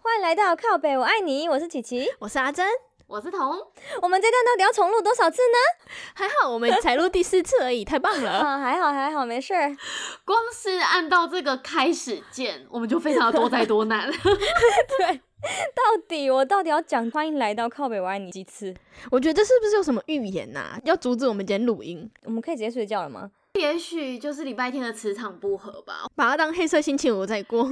欢迎来到靠北，我爱你，我是琪琪。 我是阿珍，我是彤，我们这段到底要重录多少次呢？还好我们才录第四次而已，太棒 了！啊，还好还好，没事儿。 光是按到这个开始 键，我们就非常的多灾多难。到底我到底要讲欢迎来到靠北，我爱你几次？我觉得这是不是有什么预言呐、要阻止我们今天录音，我们可以直接睡觉了吗？ 也许就是礼拜天的磁场不合吧。把它当黑色星期五在 过。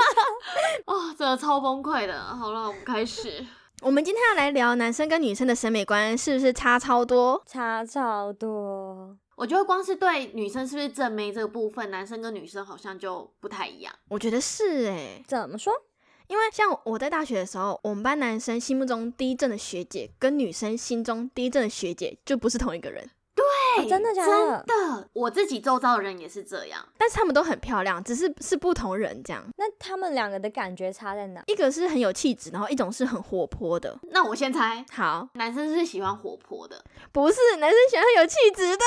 哦，真的超崩溃的。好了，我们开始。我们今天要来聊男生跟女生的审美观是不是差超多？差超多。 我觉得光是对女生是不是正妹这个部分，男生跟女生好像就不太一样。哦我觉得是诶、怎么说？因为像我在大学的时候，我们班男生心目中第一阵的学姐跟女生心中第一阵的学姐就不是同一个人，哎真的假的真的，我自己周遭的人也是这样。但是她们都很漂亮，只是是不同人这样。那他们两个的感觉差在哪？ 哎一个是很有气质，然后一种是很活泼的。那我先猜，好，男生是喜欢活泼的，不是男生喜欢有气质的，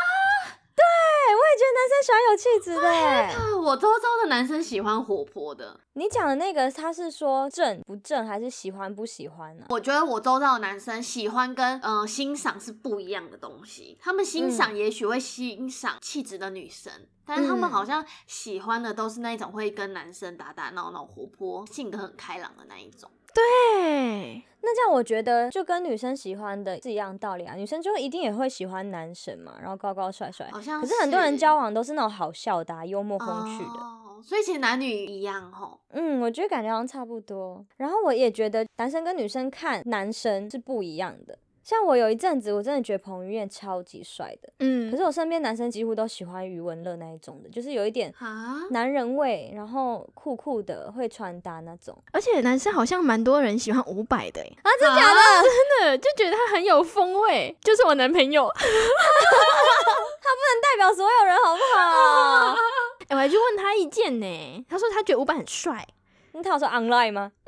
哎、我也觉得男生喜欢有气质的欸、 啊，我周遭的男生喜欢活泼的。你讲的那个，他是说正不正，还是喜欢不喜欢呢、我觉得我周遭的男生喜欢跟呃欣赏是不一样的东西，他们欣嗯赏也许会欣赏气质的女生，但是他嗯们好像喜欢的都是那一种会跟男生打打闹闹、活泼、性格很开朗的那一种。对，那这样我觉得就跟女生喜欢的是一样道理啊，女生就一定也会喜欢男神嘛，然后高高帅帅。好像可是很多人是交往都是那种好笑的、啊、幽默风趣的。哦，所以其实男女一样吼。嗯，我觉得感觉好像差不多。然后我也觉得男生跟女生看男生是不一样的。像我有一阵子，我真的觉得彭于晏超级帅的，嗯可是我身边男生几乎都喜欢余文乐那一种的，就是有一点啊，男人味，然后酷酷的，会穿搭那种。 而且男生好像蛮多人喜欢伍佰的欸耶，啊，真的假的？真的就觉得他很有风味，就是我男 朋友。代表所有人好不 好？哎、我还去问他意见呢，他说他觉得伍佰很帅，你讨说 online 吗？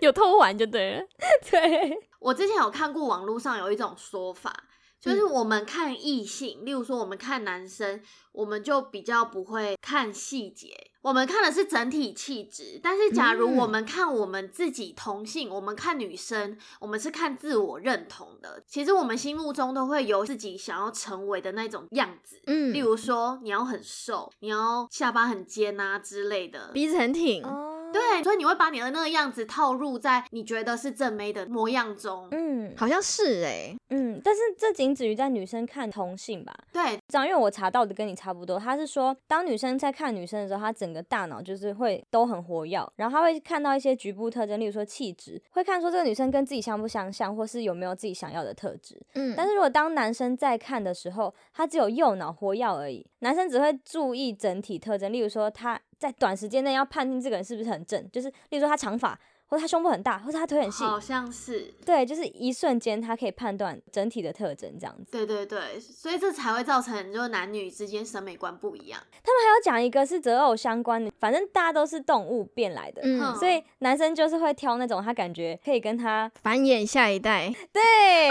有偷玩就对了。对，我之前有看过网络上有一种说法，就是嗯我们看异性，例如说我们看男生，我们就比较不会看细节，我们看的是整体气质。但是假如嗯我们看我们自己同性，我们看女生，我们是看自我认同的。其实我们心目中都会有自己想要成为的那种样子。嗯例如说，你要很瘦，你要下巴很尖啊之类的，鼻子很挺，哦，对，所以你会把你的那个样子套入在你觉得是正妹的模样中。嗯好像是哎，嗯，但是这仅止于在女生看同性吧。对，这样，因为我查到的跟你差不多，他是说，当女生在看女生的时候，她整个大脑就是会都很活跃，然后她会看到一些局部特征，例如说气质，会看说这个女生跟自己相不相像，或是有没有自己想要的特质。嗯但但是是如果当男生在看的时候，他只有右脑活跃而已，男生只会注意整体特征，例如说他在短时间内要判定这个人是不是很正，就是例如说他长发，或者他胸部很大，或者他腿很细，好像是，对，就是一瞬间他可以判断整体的特征这样子。对对对，所以这才会造成就是男女之间审美观不一样。还要讲一个是择偶相关的，反正大家都是动物变来的。嗯，哼所以男生就是会挑那种他感觉可以跟 他繁衍下一代。对，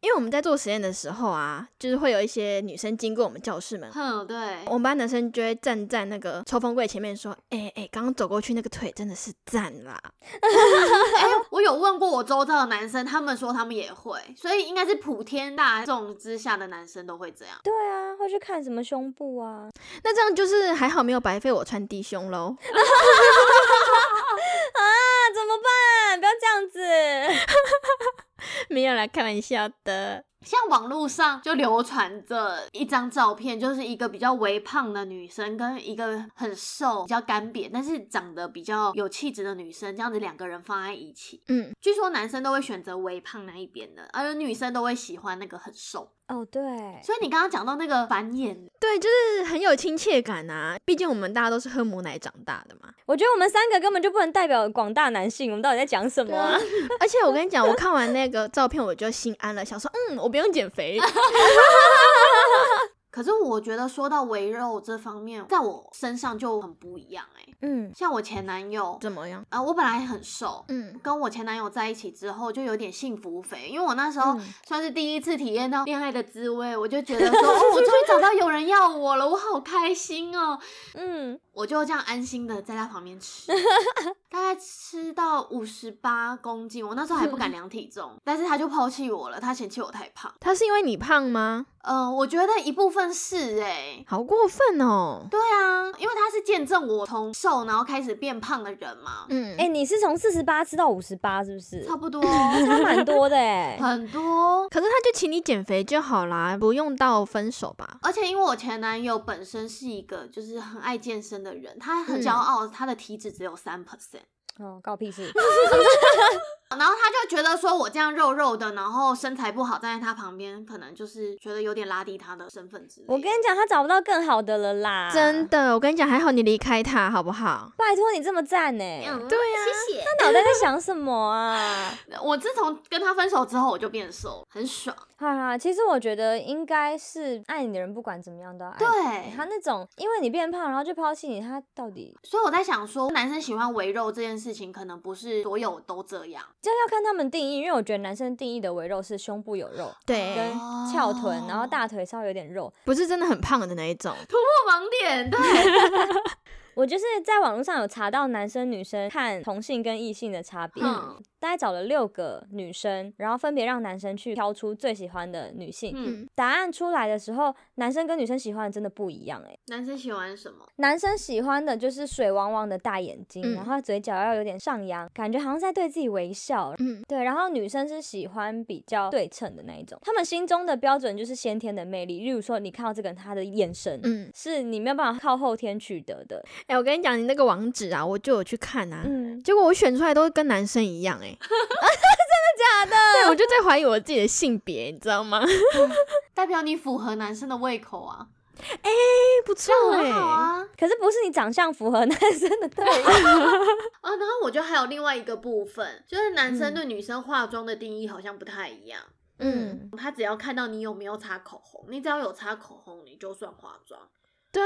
因为我们在做实验的时候啊，就是会有一些女生经过我们教室门口哼，对我，们班男生就会站在那个抽风柜前面说：“哎、哎，刚、刚走过去那个腿真的是赞啦。哎、我有问过我周遭的男生，他们说他们也会，所以应该是普天大众之下的男生都会这样。对啊，会去看什么胸部啊，”那这样就是还好没有白费我穿低胸喽。那怎么办？不要这样子。没有啦，开玩笑的。像网络上就流传着一张照片，就是一个比较微胖的女生跟一个很瘦、比较干瘪，但是长得比较有气质的女生，这样子两个人放在一起。嗯，据说男生都会选择微胖那一边的，而女生都会喜欢那个很瘦。哦，对，所以你刚刚讲到那个繁衍，对，就是很有亲切感啊。毕竟我们大家都是喝母奶长大的 嘛。我觉得我们三个根本就不能代表广大男性，我们到底在讲什么、啊？而且我跟你讲，我 看完那个照片我就心安了，想说，嗯，我不用减肥。可是我觉得说到围肉这方面，在我身上就很不一样哎、 嗯，像我前男友，怎么样？呃，我本来很瘦，嗯，跟我前男友在一起之后就有点幸福肥，因为我那时候嗯算是第一次体验到恋爱的滋味，我就觉得说，哦，我终于找到有人要我了，我好开心哦，嗯，我就这样安心的在他旁 边吃，大概吃到五十八公斤，我那时候还不敢量体重，但是他就抛弃我了，他嫌弃我太胖，他是因为你胖吗？嗯、我觉得一部分是哎、好过分哦。对啊，因为他是见证我从瘦然后开始变胖的人嘛，嗯，哎、你是从四十八吃到五十八，是不是？差不多嗯 差蛮多的 哎、很多。可是他就请你减肥就好啦，不用到分手吧？而且因为我前男友本身是一个就是很爱健身的人，他很骄嗯傲，他的体脂只有三 percent，哦，告屁 事。然后他就觉得说我这样肉肉的，然后身材不好，站在他旁边，可能就是觉得有点拉低他的身份之类的。我跟你讲，他找不到更好的了啦。真，的，我跟你讲，还好你离开他，好不好？拜托你这么赞呢、嗯对啊谢谢。他脑袋在想什么 啊？我自从跟他分手之后，我就变瘦，很爽。哈哈，其实我觉得应该是爱你的人，不管怎么样都要哎爱你。对他那种因为你变胖，然后就抛弃你，他到底所以我在想说，男生喜欢围肉这件事情，可能不是所有都这样。这要看他们定义，因为我觉得男生定义的围肉是胸部有肉。对跟，哦翘臀，然后大腿稍微有点肉。不是真的很胖的那一种。破盲点，对，我就是在网络上有查到男生女生看同性跟异性的差别， 嗯大概找了六个女生，然后分别让男生去挑出最喜欢的女性。嗯，答案出来的时候，男生跟女生喜欢的真的不一样哎、男生喜欢什么？男生喜欢的就是水汪汪的大眼睛，嗯然后嘴角要有点上扬，感觉好像在对自己微笑。嗯，对，然后女生是喜欢比较对称的那一种，他们心中的标准就是先天的魅力，例如说你看到这个人他的眼神，嗯，是你没有办法靠后天取得的。哎、我跟你讲，你那个网址啊，我就有去看啊，嗯，结果我选出来都跟男生一 样、哎，假的，对，我就在怀疑我自己的性别，你知道吗？ 哎、代表你符合男生的胃口啊，不错这样哎、很好啊。可是不是你长相符合男生的对象啊，然后我觉得还有另外一个部分，就是男生嗯对女生化妆的定义好像不太一样。 嗯，他只要看到你有没有擦口红，你只要有擦口红，你就算化妆。对，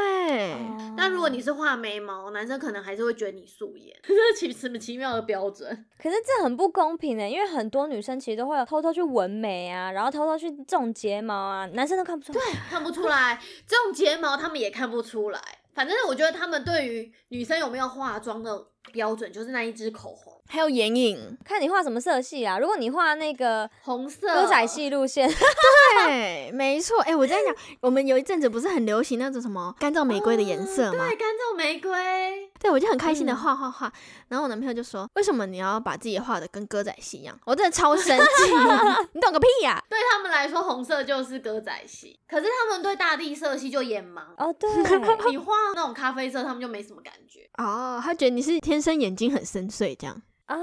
但如果你是画眉毛，男生可能还是会觉得你素颜， 这是奇什么奇妙的标准？可是这很不公平的、欸因为很多女生其实都会偷偷去纹眉啊，然后偷偷去种睫毛啊，男生都看不出来。看不出来，这种睫毛他们也看不出来。反正我觉得他们对于女生有没有化妆的标准，就是那一支口红，还有眼 影，看你画什么色系啊？如果你画那个红色歌仔戏路线，对，没错，哎、我在讲，我们有一阵子不是很流行那种什么干燥玫瑰的颜色吗？对，干燥玫瑰。对，我就很开心的嗯画画画，然后我男朋友就说：“为什么你要把自己画的跟歌仔戏一样？”我真的超生 气，你懂个屁呀、对他们来说，红色就是歌仔戏，可是他们对大地色系就眼盲。 哦对，你画那种咖啡色，他们就没什么感觉。哦，他觉得你是天生眼睛很深邃这样。哦，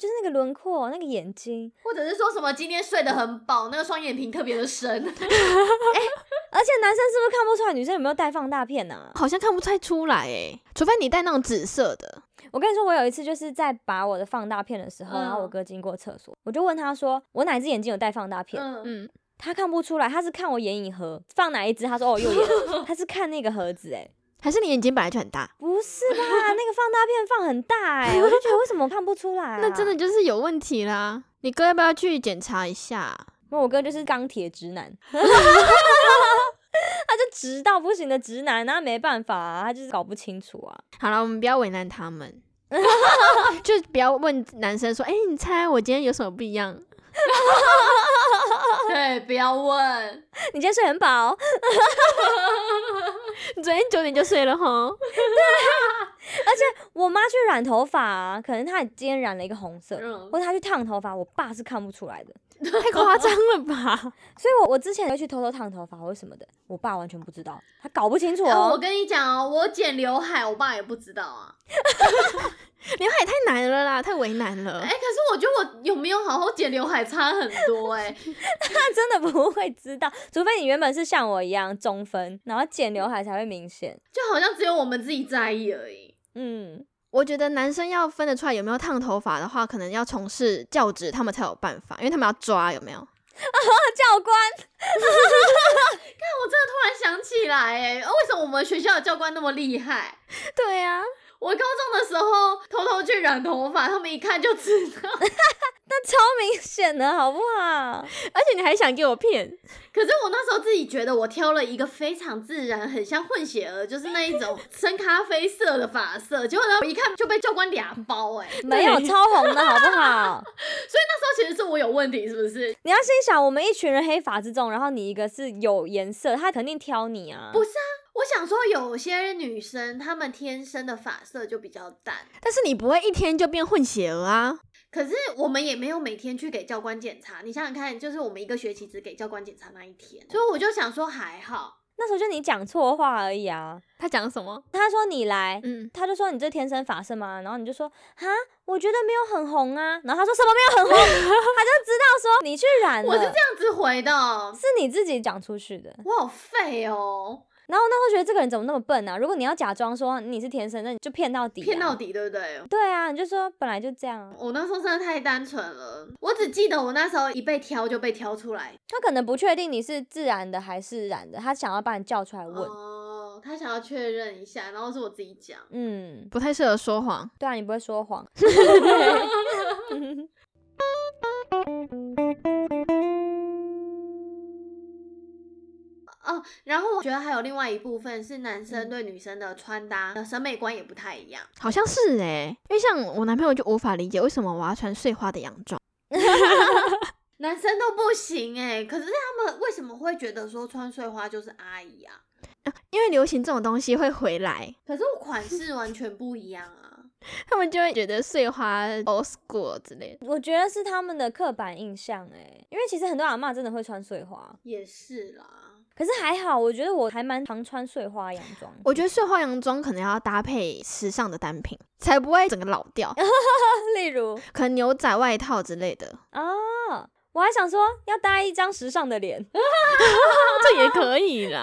就是那个轮廓，那个眼睛，或者是说什么今天睡得很饱，那个双眼皮特别的 深，而且男生是不是看不出来女生有没有戴放大片呢、好像看不太出来诶，除非你戴那种紫色的。我跟你说，我有一次就是在拔我的放大片的时候，嗯然后我哥经过厕所，我就问他说，我哪只眼睛有戴放大片？嗯，嗯，他看不出来，他是看我眼影盒放哪一只，他说哦右 眼，他是看那个盒子哎、还是你眼睛本来就很大，不是吧？那个放大片放很大哎、我就觉得为什么看不出来、啊？ 那真的，就是有问题啦。你哥要不要去检查一下？啊那我哥就是钢铁直男， 他就直到不行的直男，那没办法啊，他就是搞不清楚啊。好了，我们不要为难他 们，就不要问男生说：“哎、你猜我今天有什么不一样对，不要问。你今天睡很饱，？”你昨天九点就睡了吼。我妈去染头发、啊，可能她今天染了一个红色，嗯或者她去烫头发，我爸是看不出来的。太夸张了吧！所以我我之前会去偷偷烫头发或什么的，我爸完全不知道，他搞不清楚哎我哦。跟你讲哦，我剪刘海，我爸也不知道啊。刘海也太难了啦，太为难了。哎、可是我觉得我有没有好好剪刘海差很多哎、他真的不会知道，除非你原本是像我一样中分，然后剪刘海才会明显。就好像只有我们自己在意而已。嗯，我觉得男生要分得出来有没有烫头发的话，可能要从事教职，他们才有办法，因为他们要抓有没有。教官，我真的突然想起来、欸，哎，为什么我们学校的教官那么厉害？对呀、我高中的时候偷偷去染头发，他们一看就知道。 那超明显的好不好？而且你还想给我骗，可是我那时候自己觉得我挑了一个非常自然，很像混血儿，就是那一种深咖啡色的发色，结果呢，我一看就被教官俩包哎、欸没有超红的好不好？ 所以那时候其实是我有问题，是不是？你要心想，我们一群人黑发之众，然后你一个是有颜色，他肯定挑你啊。不是我想说，有些女生她们天生的发色就比较淡，但是你不会一天就变混血儿啊。可是我们也没有每天去给教官检查。你想想看，就是我们一个学期只给教官检查那一天，所以我就想说还好。那时候就你讲错话而已啊。他讲什么？他说你来，嗯，他就说你这天生发色吗？然后你就说哈，我觉得没有很红啊。然后他说什么没有很红， 他就知道说你去染了，我是这样子回的，我是你自己讲出去的。好废哦，然后那时候觉得这个人怎么那么笨啊？如果你要假装说你是天生，那你就骗到底、啊骗到。底，对不对？对啊，你就说本来就这样啊。我那时候真的太单纯了，我只记得我那时候一被挑就被挑出来。他可能不确定你是自然的还是染的，他想要把你叫出来问。哦，他想要确认一下，然后是我自己讲。嗯，不太适合说谎。对啊，你不会说 谎。哦，然后我觉得还有另外一部分是男生对女生的穿搭、呃审美观也不太一样。好像是哎、因为像我男朋友就无法理解为什么我要穿碎花的洋装，男生都不行哎、可是他们为什么会觉得说穿碎花就是阿姨啊？啊因为流行这种东西会回来，可是我款式完全不一样啊。他们就会觉得碎花 old school 之类的。我觉得是他们的刻板印象哎、因为其实很多阿嬷真的会穿碎花，也是啦，可是还好，我觉得我还蛮常穿碎花洋装。我觉得碎花洋装可能要搭配时尚的单品，才不会整个老 掉， 例如可能牛仔外套之类的，啊、我还想说要搭一张时尚的脸， 就这也可以 啦。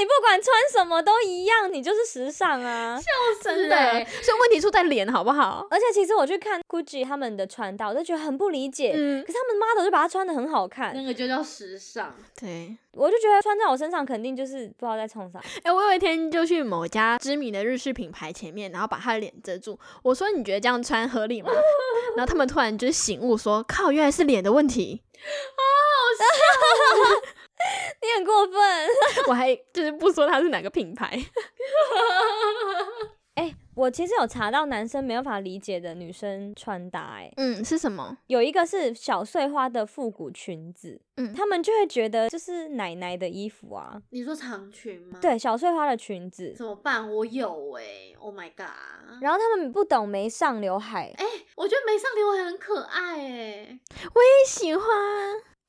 你不管穿什么都一样，你就是时尚啊。真真的欸的、，所以问题出在脸，好不好？而且其实我去看 GUCCI 他们的穿搭，我就觉得很不理解。嗯可，是他们 model 就把它穿的很好看，那个就叫时尚。对。我就觉得穿在我身上肯定就是不知道在冲 啥。哎、我有一天就去某家知名的日式品牌前面，然后把他的脸遮住。我说：“你觉得这样穿合理吗？” 然后他们突然就醒悟说：“靠，原来是脸的问题。 你很过分。”我还就是不说他是哪个品牌，哎、我其实有查到男生没有办法理解的女生穿搭、哎，嗯，是什么？有一个是小碎花的复古裙子，嗯他们就会觉得就是奶奶的衣服啊，你说长裙吗？，对，小碎花的裙子，啊怎么办？我有哎、o h my god！然后他们不懂没上刘海，哎、我觉得没上刘海很可爱哎、 你喜欢？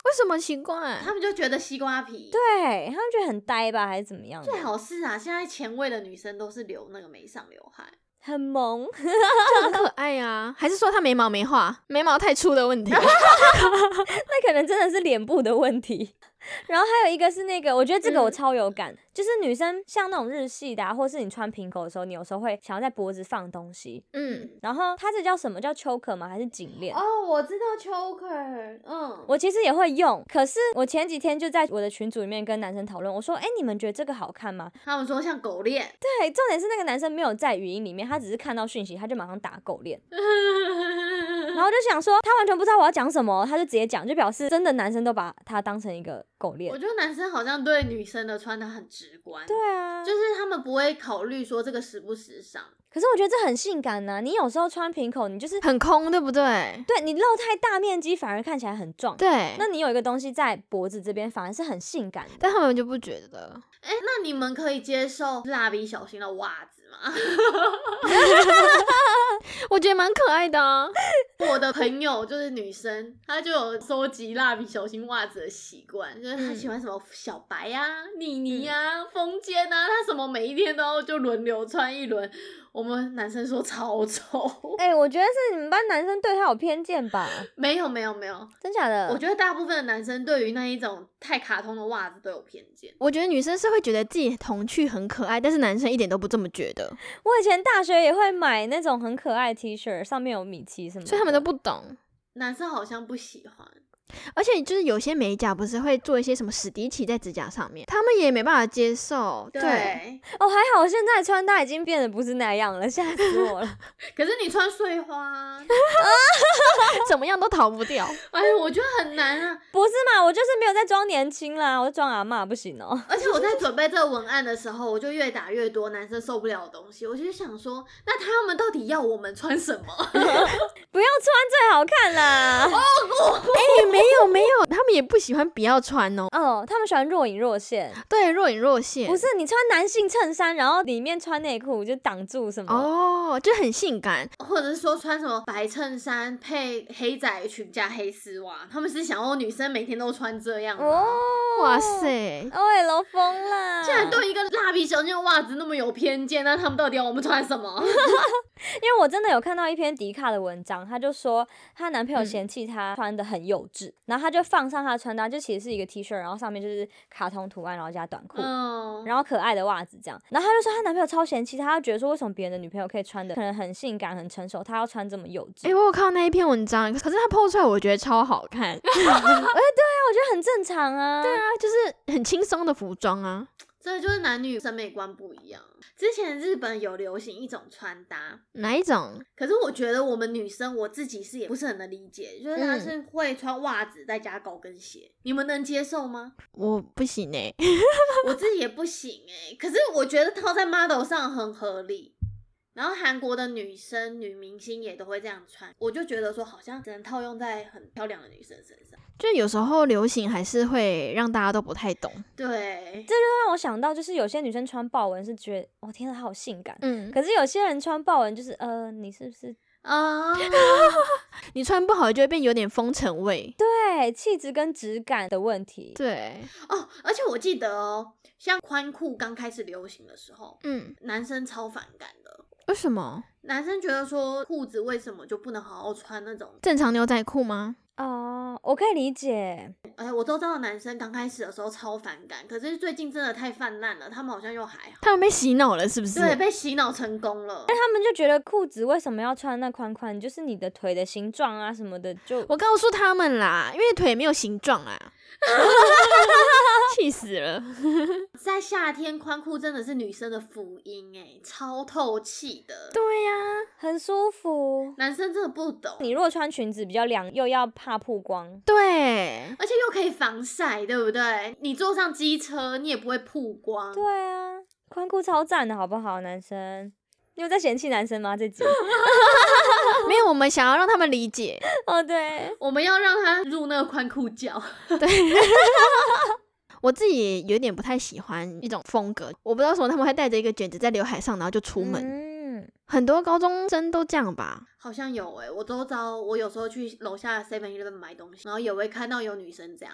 为什么奇怪？他们就觉得西瓜皮。对，对他们觉得很呆吧，还是怎么样的？最好是啊，现在前卫的女生都是留那个没上刘海。很萌， 这很可爱呀、啊。还是说他眉毛没画，眉毛太粗的问题？那可能真的是脸部的问题。 然后还有一个是那个，我觉得这个我嗯超有感，就是女生像那种日系的、啊，或是你穿平口的时候，你有时候会想要在脖子放东西，嗯，然后它这叫什么叫 choker 吗？还是颈链？哦，我知道 choker，嗯，我其实也会用，可是我前几天就在我的群组里面跟男生讨论，我说：“哎、你们觉得这个好看吗他们说像狗链，？”对，重点是那个男生没有在语音里面，他只是看到讯息，他就马上打狗链，嗯然后就想说他完全不知道我要讲什么，他就直接讲，就表示真的男生都把他当成一个狗链我。觉得男生好像对女生的穿搭很直观，对，啊，就是他们不会考虑说这个时不时尚。可是我觉得这很性感呐、你有时候穿平口，你就是很空，对不对？对你露太大面积，反而看起来很壮。对。那你有一个东西在脖子这边，反而是很性感的。但他们就不觉得，哎、那你们可以接受蜡笔小新的袜子吗？我觉得蛮可爱的啊。我的朋友就是女生，她就有收集蜡笔小新袜子的习惯，就是她嗯喜欢什么小白呀、妮妮呀、风间啊，她什么每一天都要就轮流穿一轮。我们男生说超丑， 哎、我觉得是你们班男生对他有偏见吧？没有没有没有，真假的？我觉得大部分的男生对于那一种太卡通的袜子都有偏见。我觉得女生是会觉得自己童趣很可爱，但是男生一点都不这么觉得，我以前大学也会买那种很可爱的 T 恤，上面有米奇什么的，所以他们都不懂。男生好像不喜欢，而且就是有些美甲不是会做一些什么史迪奇在指甲上面，他们也没办法接受。对，对，哦，还好现在穿搭已经变得不是那样了，吓死我 了！可是你穿碎花， 啊怎么样都逃不 掉。哎呦，我觉得很难啊。不是嘛，我就是没有在装年轻啦，我在装阿嬷不行哦、而且我在准备这个文案的时候，我就越打越多男生受不了的东西。我就想说，那他们到底要我们穿什么？ 不要穿最好看哦啦。哎、没有没有，他们也不喜欢不要穿哦。哦，他们喜欢若隐若现，对，若隐若现。不是你穿男性衬衫，然后里面穿内裤就挡住什么。哦，就很性感。或者是说穿什么白衬衫配黑窄裙加黑丝袜？他们是想要女生每天都穿这样吗？哦，哇塞， ，OL 风啦！竟然对一个蜡笔小新的袜子那么有偏见，那他们到底要我们穿什么？ 因为我真的有看到一篇迪卡的文章，她就说她男朋友嫌弃她穿的很幼稚，然后她就放上她的穿搭，就其实是一个 T 恤，然后上面就是卡通图案，然后加短裤。嗯，然后可爱的袜子这样，然后她就说她男朋友超嫌弃她，她就觉得说为什么别人的女朋友可以穿的可能很性感很成熟，她要穿这么幼稚，哎、我有看到那一篇文章，可是他 PO 出来，我觉得超好看。 但我觉得很正常啊。对啊，它就是很轻松的服装啊。这就是男女审美观不一样。之前日本有流行一种穿搭，哪一种？可是我觉得我们女生我自己是也不是很能理解，就是她嗯是会穿袜子再加高跟鞋，你们能接受吗？我不行哎、我自己也不行哎、可是我觉得套在 model 上很合理。然后韩国的女生、女明星也都会这样穿，我就觉得说好像只能套用在很漂亮的女生身上。 就有时候流行还是会让大家都不太懂。对，让我想到就是有些女生穿豹纹是觉得，哦天啊，她好性感。嗯，可是有些人穿豹纹就是，呃，你是不是啊，你穿不好就会变有点风尘味。对气质跟质感的问题？对，哦，而且我记得哦，像宽裤刚开始流行的时候，嗯，男生超反感的。为什么？男生觉得说裤子为什么就不能好好穿那种？正常牛仔裤吗？哦，我可以理解。哎，我周遭的男生刚开始的时候超反感，可是最近真的太泛滥了，他们好像又还好。他们被洗脑了是不是？对，，被洗脑成功了。他们就觉得裤子为什么要穿那宽宽？就是你的腿的形状啊什么的，就我告诉他们啦，因为腿没有形状啊，气死了。在夏天，宽裤真的是女生的福音哎、超透气的。对呀、很舒服。男生真的不懂，你如果穿裙子比较凉，又要怕曝光，对，而且又可以防晒，对不对？你坐上机车，你也不会曝光。对啊，宽裤超赞的好不好，男生？你有在嫌弃男生吗？这集？没有我们想要让他们理解。哦，对，我们要让他入那个宽裤角。 我自己有点不太喜欢一种风格，我不知道为什么他们会带着一个卷子在刘海上，然后就出门。嗯，很多高中生都这样吧？好像有诶、我周遭我有时候去楼下 Seven Eleven 买东西，然后也会看到有女生这样。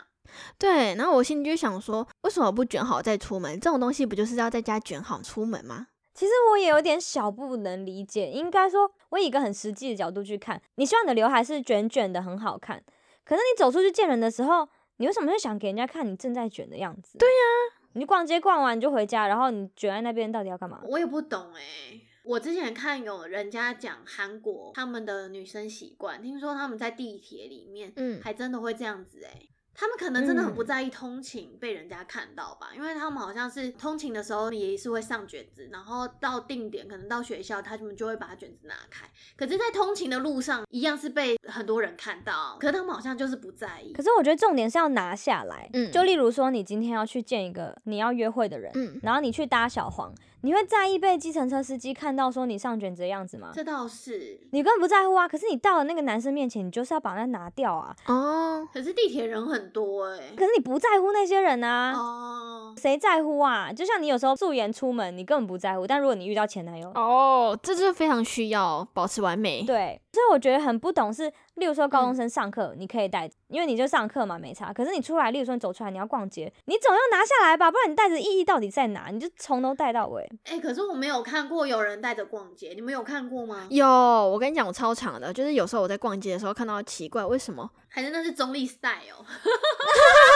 对，然后我心里就想说，为什么不卷好再出门？这种东西不就是要在家卷好出门吗？其实我也有点小不能理解，应该说，我以一个很实际的角度去看，你希望你的刘海是卷卷的，很好看，可是你走出去见人的时候，你为什么会想给人家看你正在卷的样子？对呀、你就逛街逛完你就回家，然后你卷在那边到底要干嘛？我也不懂诶、我之前看有人家讲韩国他们的女生习惯，听说他们在地铁里面，嗯还真的会这样子诶、他们可能真的很不嗯在意通勤被人家看到吧，因为他们好像是通勤的时候也是会上卷子，然后到定点可能到学校，他们就会把卷子拿开。可是，在通勤的路上一样是被很多人看到，可是他们好像就是不在意。可是我觉得重点是要拿下来，嗯就例如说你今天要去见一个你要约会的人，嗯，然后你去搭小黄，你会在意被计程车司机看到说你上卷子的样子吗？这倒是，你根本不在乎啊！可是你到了那个男生面前，你就是要把那拿掉啊！哦，可是地铁人很多哎、可是你不在乎那些人啊，哦，谁在乎啊？就像你有时候素颜出门，你根本不在乎，但如果你遇到前男友，哦，这就是非常需要保持完美。对，所以我觉得很不懂是，例如说高中生上课你可以带，因为你就上课嘛，没差。可是你出来，例如说你走出来，你要逛街，你总要拿下来吧，不然你带着意义到底在哪？你就从头带到尾。哎、可是我没有看过有人带着逛街，你们有看过吗？有，我跟你讲，我超长的，就是有时候我在逛街的时候看到奇怪，为什么还是那是中立 style？哦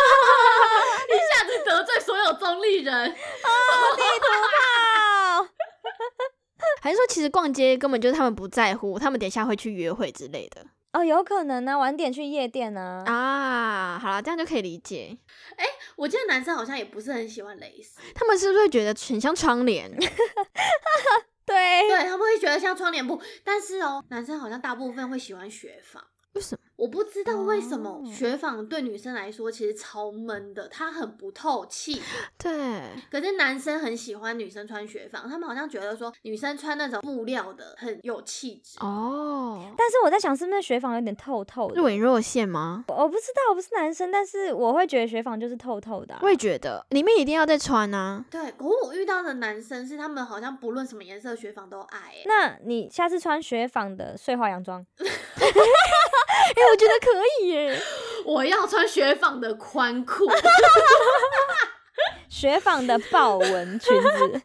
一下子得罪所有中立人，哦，还是说，其实逛街根本就是他们不在乎，他们等一下会去约会之类的。哦，有可能呢、晚点去夜店嗯呢、啊。啊，好了，这样就可以理解。我记得男生好像也不是很喜欢蕾丝，他们是不是会觉得很像窗帘？ 对，对他们会觉得像窗帘布，但是哦，男生好像大部分会喜欢雪纺。为什么？我不知道为什么哦雪纺对女生来说其实超闷的，它很不透气。对，可是男生很喜欢女生穿雪纺，他们好像觉得说女生穿那种布料的很有气质。 哦，但是我在想，是不是雪纺有点透透的？若隐若现吗？我我不知道，我不是男生，但是我会觉得雪纺就是透透的啊、我也觉得里面一定要再穿啊。对，可我遇到的男生是他们好像不论什么颜色的雪纺都爱、欸。那你下次穿雪纺的碎花洋 装，哎、我觉得可以耶。我要穿雪纺的宽裤， 雪纺的豹纹裙子，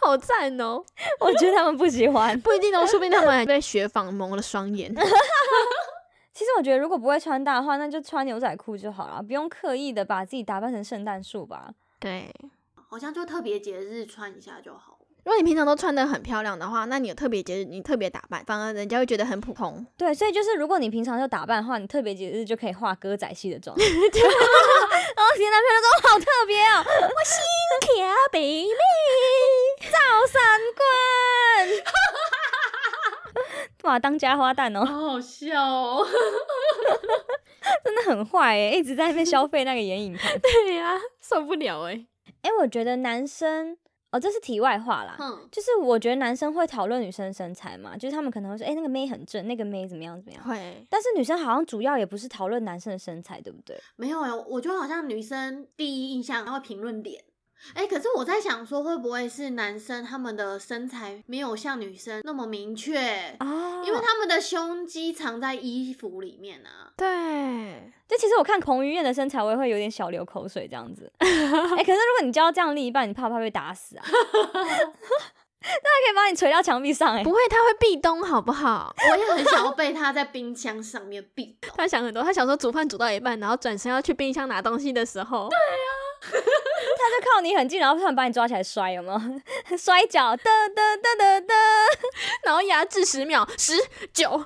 好赞哦！ 我觉得他们不喜欢。不一定哦，说不定他们还被雪纺蒙了双 眼。其实我觉得，如果不会穿搭的话，那就穿牛仔裤就好了，不用刻意的把自己打扮成圣诞树吧。对，好像就特别节日穿一下就好了。如果你平常都穿的很漂亮的话，那你有特别节日，你特别打扮，反而人家会觉得很普通。对，所以就是如果你平常就打扮的话，你特别节日就可以化歌仔戏的妆。 然后你的男朋友说：“好特别哦，我心跳比你赵三棍。”哇，当家花旦哦， 好好笑哦！ 真的很坏诶，一直在那边消费那个眼影盘。对呀、受不了哎、哎、我觉得男生哦，这是题外话啦。哼，就是我觉得男生会讨论女生身材嘛，就是他们可能会说，哎、那个妹很正，那个妹怎么样怎么样。会但是女生好像主要也不是讨论男生的身材，对不对？没有哎，我觉得好像女生第一印象她会评论脸。哎、可是我在想说，会不会是男生他们的身材没有像女生那么明确？啊因为他们的胸肌藏在衣服里面啊。对，就其实我看彭于晏的身材，我也会有点小流口水这 样子。哎、可是如果你教这样另一半，你怕不怕被打死啊？那 他可以把你捶到墙壁上 哎、不会，他会壁咚好不好？我也很想要被他在冰箱上面壁咚。 他想很多，他想说煮饭煮到一半，然后转身要去冰箱拿东西的时 候，他就靠你很近，然后突然把你抓起来摔，有没有？ 摔跤，噔噔噔噔噔，然后压制十秒，十九，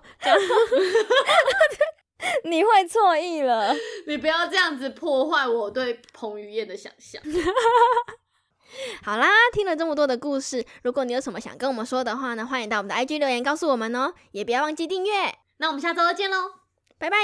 你会错意了。 你不要这样子破坏我对彭于晏的想象。好啦，听了这么多的故事，如果你有什么想跟我们说的话呢，欢迎到我们的 IG 留言告诉我们哦，也不要忘记订阅，那我们下周再见喽，拜拜。